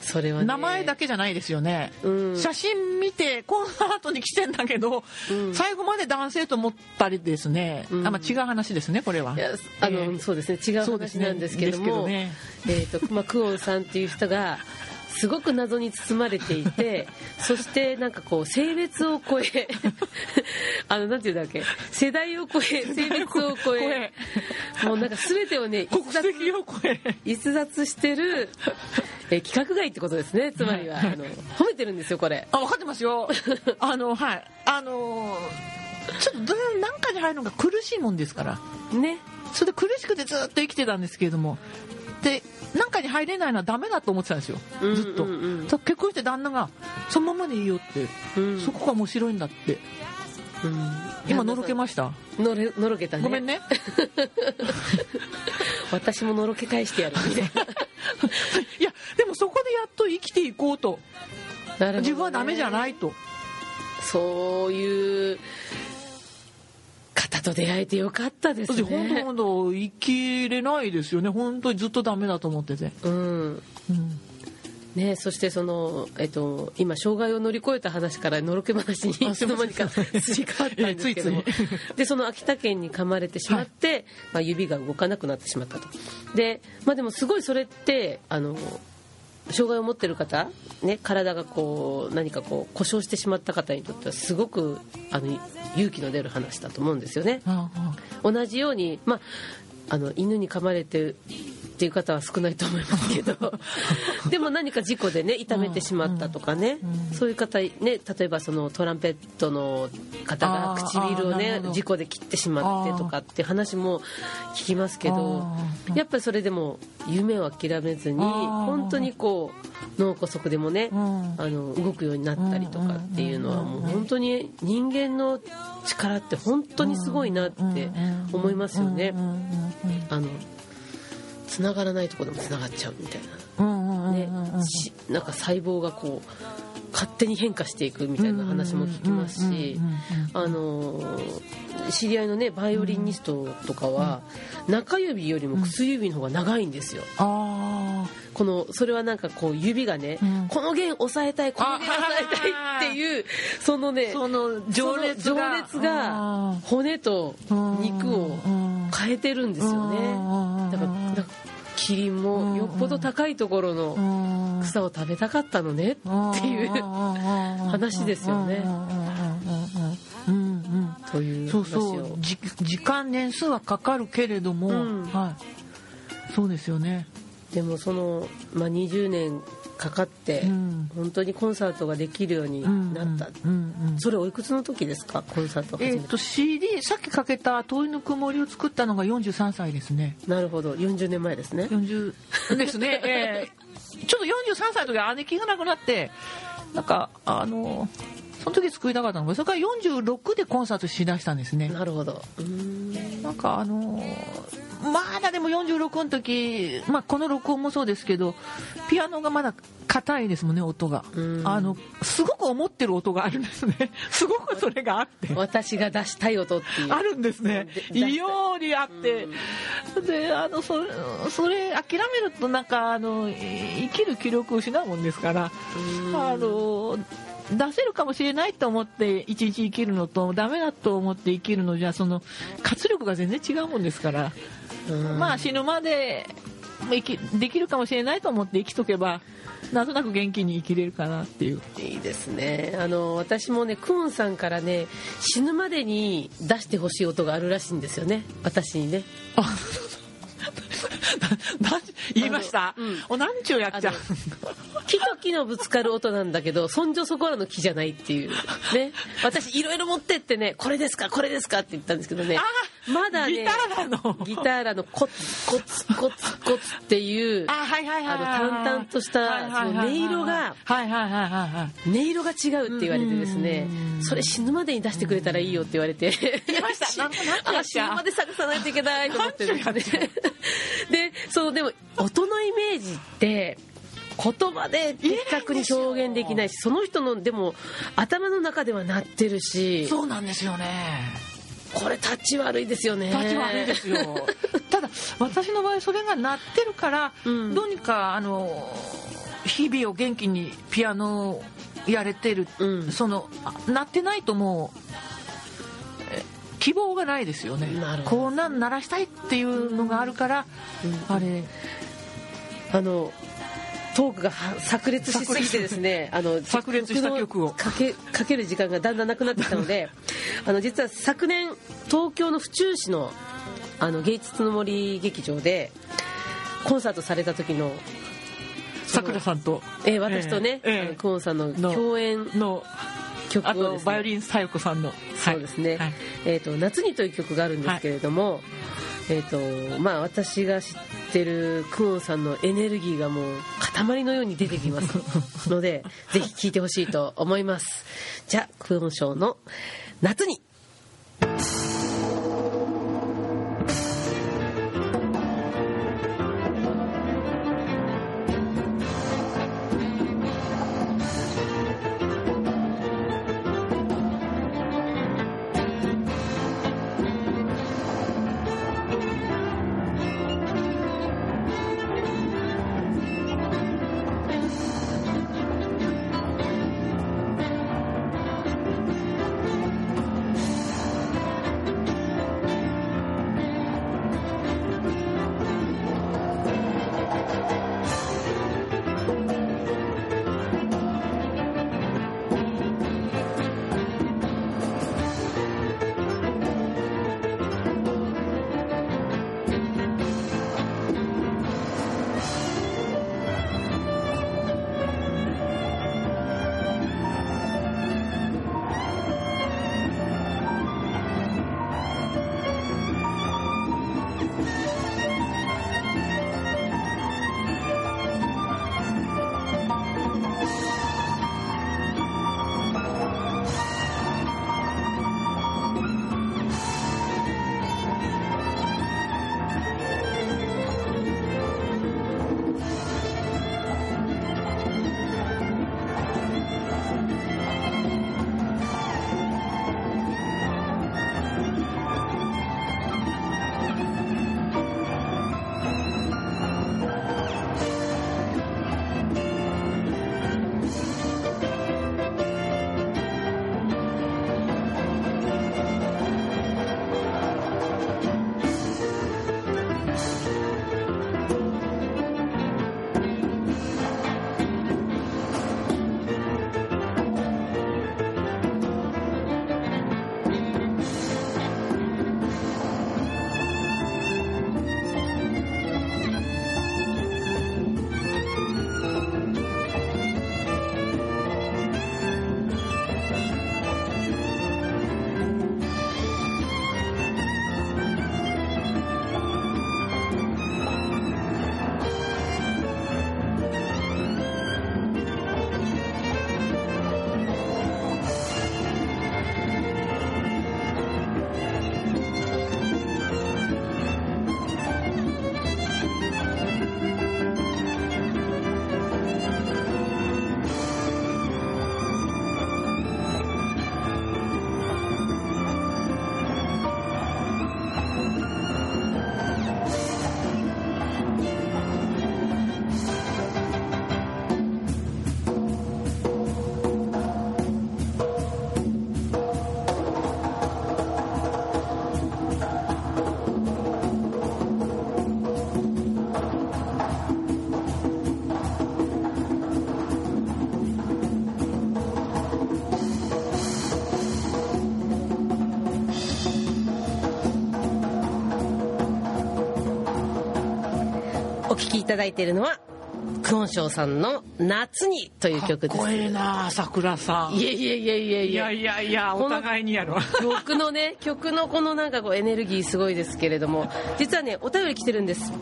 それはね名前だけじゃないですよね、うん写真見てコンサートに来てんだけど、うん最後まで男性と思ったりですね、うんあまあ、違う話ですねこれはいやあの、えーそうですね違うそうです話ねなんですけどもですえーとまあ、クオンさんっていう人がすごく謎に包まれていてそしてなんかこう性別を超え <laughs> あのなんていうんだっけ世代を超え性別を超えもうなんか全てをね国籍を超え逸脱してる、えー規格外ってことですねつまりは、あの褒めてるんですよこれあ分かってますよ <laughs> あのはいあのーちょっと何かに入るのが苦しいもんですからねそれで苦しくてずっと生きてたんですけれどもで何かに入れないのはダメだと思ってたんですよずっと、うんうんうんだから結婚して旦那が「そのままでいいよ」って、うんそこが面白いんだって今のろけましたのれのろけたねごめんね私ものろけ返してやるみたい <laughs> <laughs> いやでもそこでやっと生きていこうとななるほどね自分はダメじゃないとそういう方と出会えてよかったですだって本当ね。本当生きれないですよね本当にずっとダメだと思ってて、うんうんね、そしてその、えっと、今障害を乗り越えた話からのろけ話にいあすついのませ間んにかすり替わったんですけどもええついつでその秋田県に噛まれてしまって、まあ、指が動かなくなってしまったとで,、まあ、でもすごいそれってあの障害を持ってる方、ね、体がこう何かこう故障してしまった方にとってはすごくあの勇気の出る話だと思うんですよね。ああ同じように、まあ、あの犬に噛まれてっていう方は少ないと思いますけ <laughs> どでも何か事故でね痛めてしまったとかね、そういう方、ね、例えばそのトランペットの方があー唇をあーなねるほど事故で切ってしまってとかって話も聞きますけどあーやっぱりそれでも夢を諦めずにあー本当にこう脳梗塞でもね、うんあの動くようになったりとかっていうのはもう本当に人間の力って本当にすごいなって思いますよねあの繋がらないとこでも繋がっちゃうみたいうんうんうんうんうんうんうんうんうんな、ね、しなんか細胞がこう勝手に変化していくみたいな話も聞きますしあのー知り合いのねバイオリニストとかは中指よりも薬指の方が長いんですよあこのそれはなんかこう指がね、うんこの弦押さえたいこの弦押さえたいっていうそのねあその情そ熱がの情熱があ骨とー肉をうん変えてるんですよねうんだからなんかキリンもよっぽど高いところのうん草を食べたかったのねっていう話話ですよねという話そをうそうじ時間年数はかかるけれども、うんはい、そうですよね、でもその、まあ、20年かかってうん本当にコンサートができるようになった、うんうんそれおいくつの時ですかコンサートをえ始めー、たと CD さっきかけた「遠いぬくもり」を作ったのが43歳ですねなるほど40年前ですね40ですね、えーちょっと43歳の時は姉貴が亡くなってなんかあのその時作りたかったのがそれから46でコンサートしだしたんですねなるほどうーんなんかあのーまだでも46の時、まあ、この録音もそうですけどピアノがまだ硬いですもんね音がうんあのすごく思ってる音があるんですねすごくそれがあって私が出したい音っていうあるんですねで異様にあってであのそれそれ諦めるとなんかあのい生きる気力を失うもんですからうんあの出せるかもしれないと思って一日生きるのとダメだと思って生きるのじゃその活力が全然違うもんですから、うんまあ死ぬまでまあ生きできるかもしれないと思って生きとけばなんとなく元気に生きれるかなっていういいですねあの私もねクオンさんからね死ぬまでに出してほしい音があるらしいんですよね私にねあ <laughs> ななん言いました、あのうんおなんちゅうやっちゃうあ木と木のぶつかる音なんだけどそんじょそこらの木じゃないっていうね私いろいろ持ってってねこれですかこれですかって言ったんですけどねあまだねギターなのギターラのコツコツコツコツっていうあはいはいはいあの淡々としたはいはいはいはいその音色がはいはいはいはいはい音色が違うって言われてですねそれ死ぬまでに出してくれたらいいよって言われて言いました <laughs> なんかなんかやっちゃうあ死ぬまで探さないといけないと思ってるんなんでちゅうやっでそうでも音のイメージって言葉で的確に表現できないしその人のでも頭の中では鳴ってるしそうなんですよねこれタッチ悪いですよね立ち悪いで <laughs> すよただ私の場合それが鳴ってるから、うんどうにかあの日々を元気にピアノをやれてる、うんそのあ鳴ってないともうえ希望がないですよねなるほどこんなん鳴らしたいっていうのがあるから、あれあのトークがは炸裂しすぎてですねあの炸裂した曲をかけかける時間がだんだんなくなってきたの <laughs> であの実は昨年東京の府中市のあの芸術の森劇場でコンサートされた時の、さくらさんと、えー私とね、ええあのえクオンさんのの共演えの曲をあですとねバイオリンさよこさんの、そうですね、はいえーと「夏に」という曲があるんですけれども、えーとまあ、私が知ってるクオンさんのエネルギーがもう塊のように出てきます <laughs> のでぜひ聴いてほしいと思いますじゃあクオンショーの「夏に」 「お聴きいただいているのはクオンショウさんの「夏に」という曲ですかっこええな桜さんいやいやいやいやいいややいやいやこのお互いにやろ曲のね曲のこのなんかこうエネルギーすごいですけれども実はねお便り来てるんです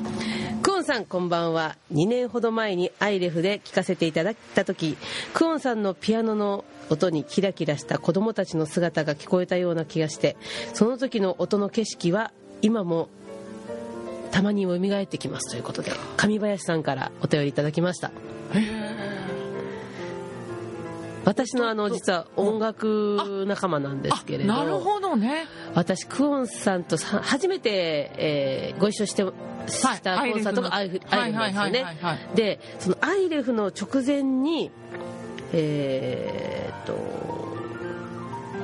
クオンさんこんばんは2年ほど前にアイレフで聴かせていただいた時クオンさんのピアノの音にキラキラした子供たちの姿が聞こえたような気がしてその時の音の景色は今もたまに蘇ってきますということで上林さんからお便りいただきました私のあの実は音楽仲間なんですけれどなるほどね私クオンさんとさ初めて、えーご一緒してしたコンサートがアイレフアイレフなんですよはいはいはいねはいはいでそのアイレフの直前にえーっと、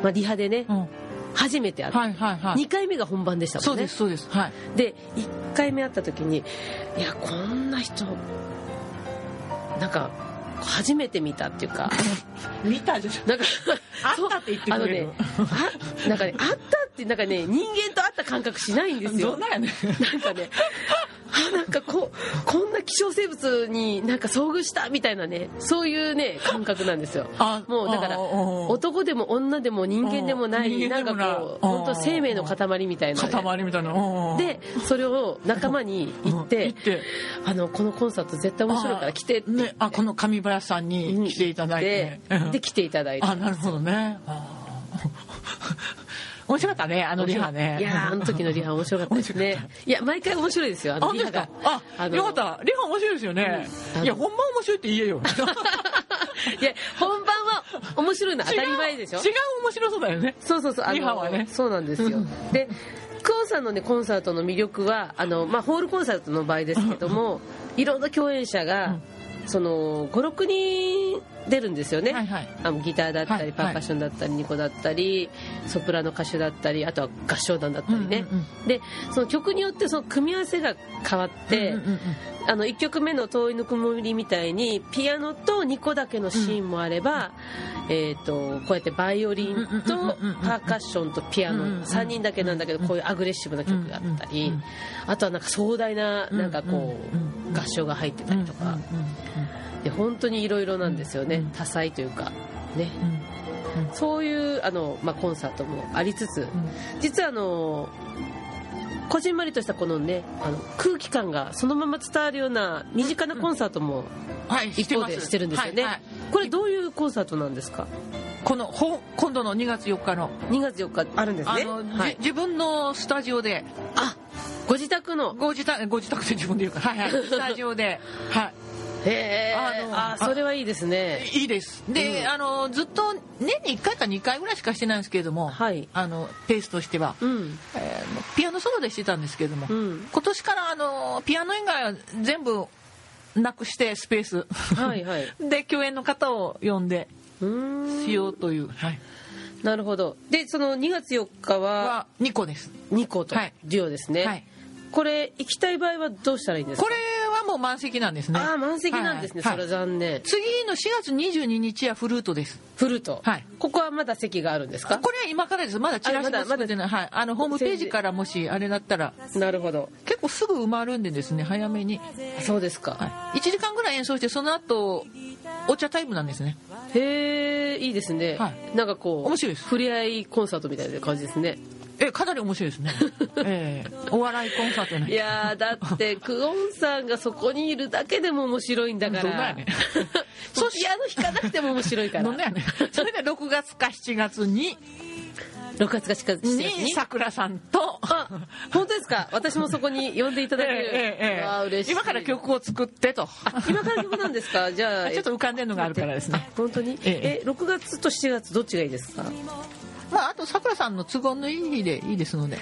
まあ、リハでね、うん初めて会った、はいはいはい2回目が本番でしたそもうんねですそうですはいで1回目会った時にいやこんな人なんか初めて見たっていうか見たじゃんなんか会ったって言ってくれるあのねあ <laughs> なんかね会ったってなんかね人間と会った感覚しないんですよどんなやねんなんかねあなんかここんな希少生物になんか遭遇したみたいなねそういうね感覚なんですよあもうだからああ男でも女でも人間でもなうんい人な間んでかもないこう本当生命の塊みたいなね、塊みたいなうんうんでそれを仲間に言っうてん行って「あのこのコンサート絶対面白いから来て」ってあねあこの上林さんうんに来ていただいてでうんで来ていただいてあなるほどねあー面白かったねあのリハねいやーあの時のリハ面白かったです面白ねいや毎回面白いですよああの本リ当でハすがかああのよかったリハ面白いですよねうんあのいやほんま面白いって言 <laughs> えよいや本番は面白いのは当たり前でしょ違う違う面白そうだよねそうそうそうあのリハはねそうなんです <laughs> よでクオンさんのねコンサートの魅力はあの、まあ、ホールコンサートの場合ですけどもいろんな共演者が、その56人出るんですよね、はいはいあのギターだったはりいパーカッションだったりニコだったりソプラノ歌手だったりあとは合唱団だったりね、うんうんでその曲によってその組み合わせが変わって、うんうんうんあの1曲目の「遠いぬくもり」みたいにピアノと2個だけのシーンもあれば、えー、とこうやってバイオリンとうんうんうんうんうんパーカッションとピアうんうんうノん3人だけなんだけどこういうアグレッシブな曲があったうんうりんうんあとはなんか壮大ななんかこうんうんう合唱が入ってたりとかうんうんで本当にいろいろなんですよねうん多彩というかねうんうんそういうあの、まあ、コンサートもありつつうん実はあのこじんまりとしたこのねあの空気感がそのまま伝わるような身近なコンサートもはい一方でますしてるんですよね、はいはいこれどういうコンサートなんですかこのほ今度の2月4日の2月4日あるんですあねの、じはい、自分のスタジオであご自宅のご自宅ご自宅で自分で言うから、はい <laughs> はい、スタジオで、はへえあのああそれはいいですねい、いいですで、うんあのずっと年に1回か2回ぐらいしかしてないんですけれども、はいあのペースとしては、うんえーピアノソロでしてたんですけれども、うん今年からあのピアノ以外は全部なくしてスペース、はいはい <laughs> で共演の方を呼んでうーんしようという、はい、なるほどでその2月4日はは2個です2個とはいデュオですね、はいこれ行きたい場合はどうしたらいいんですかこれはもう満席なんですねああ満席なんですね、はいそれは残念次の4月22日はフルートですフルート、はいここはまだ席があるんですかこれは今からですまだチラシも作ってない、はい、あのホームページからもしあれだったらなるほど結構すぐ埋まるんでですね早めに、そうですか、はい、1時間ぐらい演奏してその後お茶タイムなんですねへえいいですね、はなんかこう面白いです触れ合いコンサートみたいな感じですねえかなり面白 <laughs> いですね、ええお笑いコンサートいねやーだ <laughs> ってクオンさんがそこにいるだけでも面白いんだからどんなやねん <laughs> そうピアノ弾かなくても面白いからどんなや <laughs> ねそれで6月か7月に6月かしか7月にに桜さんとあ本当ですか私もそこに呼んでいたえだける、えええわあええ嬉しい今から曲を作ってと今から曲なんですかじゃあ <laughs> ちょっと浮かんでるのがあるからですねえ本当にええ6月と7月どっちがいいですかまああと桜さんの都合のいい日でいいですので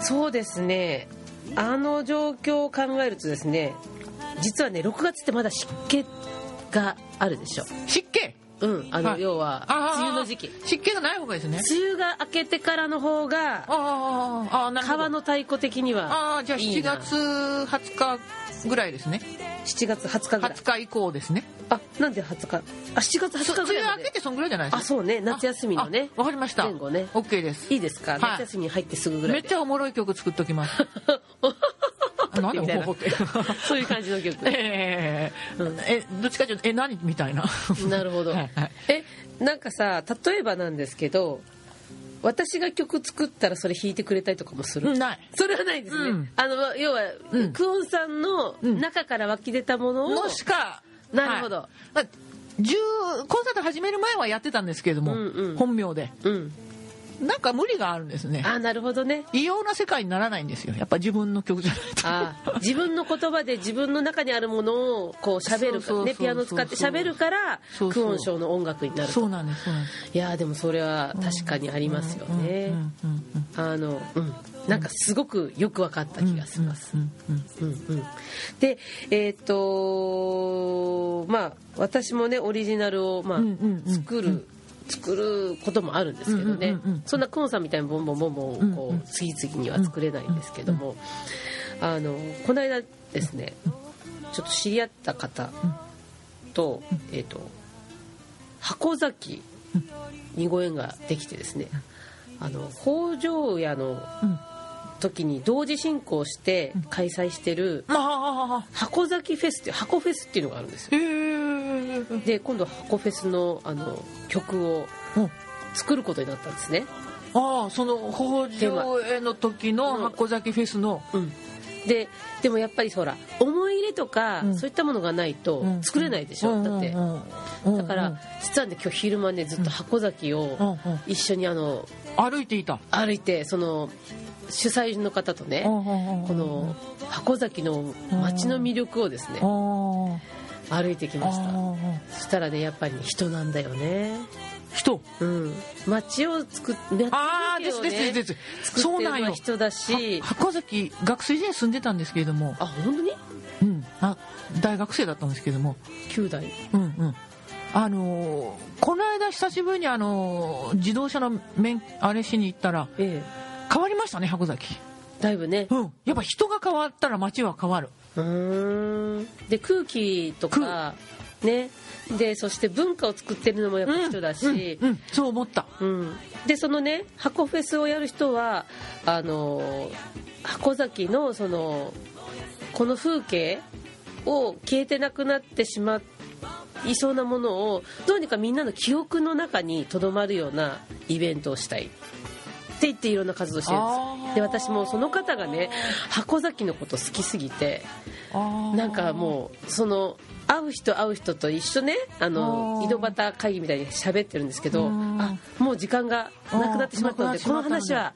そうですねあの状況を考えるとですね実はね6月ってまだ湿気があるでしょ湿気うんあの、はい要はあー梅雨の時期湿気がない方がいいですね梅雨が明けてからの方があーあーあーなるほど川の太鼓的にはああじゃあいい7な月20日ぐらいですね7月20日ぐらい20日以降ですねあなんで20日あ7月そ20日梅ぐらいま雨明けでてそんぐらいじゃないですあかそうね夏休みのねあわかりました前後ね OK ですいいですか、い夏休みに入ってすぐぐらめいっで <laughs> ちゃおもろい曲作っときますなんだみたいなほほ <laughs> って。そういう感じの曲えええ、どっちかというと、え、何みたいな。 <laughs> なるほど、はいはいえなんかさ例えばなんですけど私が曲作ったらそれ弾いてくれたりとかもするない。それはないですね、うんあの要は、うんクオンさんの中から湧き出たものを、のしか。なるほどはいまあ十コンサート始める前はやってたんですけれども、うんうん本名で。うん、なんか無理があるんですね。あなるほどね異様な世界にならないんですよ。やっぱ自分の曲じゃないと。あー自分の言葉で自分の中にあるものをこう喋るかそうそうそうねそうピアノ使って喋るからそうそうクオンショーの音楽になるそとうなんです。そうなんです。いやーでもそれは確かにありますよね、うんうんうんうんあの、うん、なんかすごくよく分かった気がします、うんうんうんうん、でえーっとまあ私もねオリジナルを、まあうんうんうん作る作ることもあるんですけどね、うんうんうんそんなクオンさんみたいにボンボンボンボンこう、うんうん次々には作れないんですけども、あのこの間ですねちょっと知り合った方と,、えーっと箱崎にご縁ができてですねあの北条屋のうん時に同時進行して開催してるまあ箱崎フェスっていう箱フェスっていうのがあるんですよへえで今度箱フェスのあの曲を作ることになったんですね、ああその北条への時の箱崎フェスのうん、ででもやっぱりほら思い入れとか、うんそういったものがないとうん作れないでしょ、だって、だだから実はね今日昼間ねずっと箱崎を一緒にあの歩いていた歩いてその主催の方とねここの箱崎の街の魅力をですね歩いてきましたそしたらねやっぱり人なんだよね人うん街を作っああですですですですそそううななんんよよ人だし箱崎学生時代住んでたんですけれどもあ本当にうんあ大学生だったんですけれども九代うんうんあのーこの間久しぶりにあのー自動車の免あれしに行ったらええ変わりましたね箱崎だいぶねうんやっぱ人が変わったら街は変わるうーんで空気とかねでそして文化を作ってるのもやっぱ人だしうんうんうんそう思ったうんでそのね箱フェスをやる人はあの箱崎のそのこの風景を消えてなくなってしまいそうなものをどうにかみんなの記憶の中にとどまるようなイベントをしたいって言っていろんな活動をしてるんですあよーで私もその方がね箱崎のこと好きすぎてなんかもうその会う人会う人と一緒ねあのあー井戸端会議みたいに喋ってるんですけどうんあもう時間がなくなってしまったのであーなくなってしこまのったので話は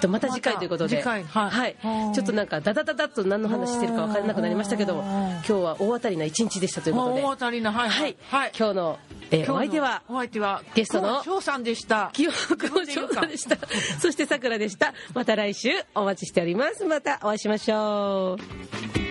とまた次回ということで、また次回はいあーちょっとなんかダダダダっと何の話してるか分からなくなりましたけどあー今日は大当たりな一日でしたということで、大当たりなはいはいはい今日の、えー今日のお相手はお相手はゲストの久保翔さんでした記憶の翔太で <laughs> したそしてさくらでしたまた来週お待ちしておりますまたお会いしましょう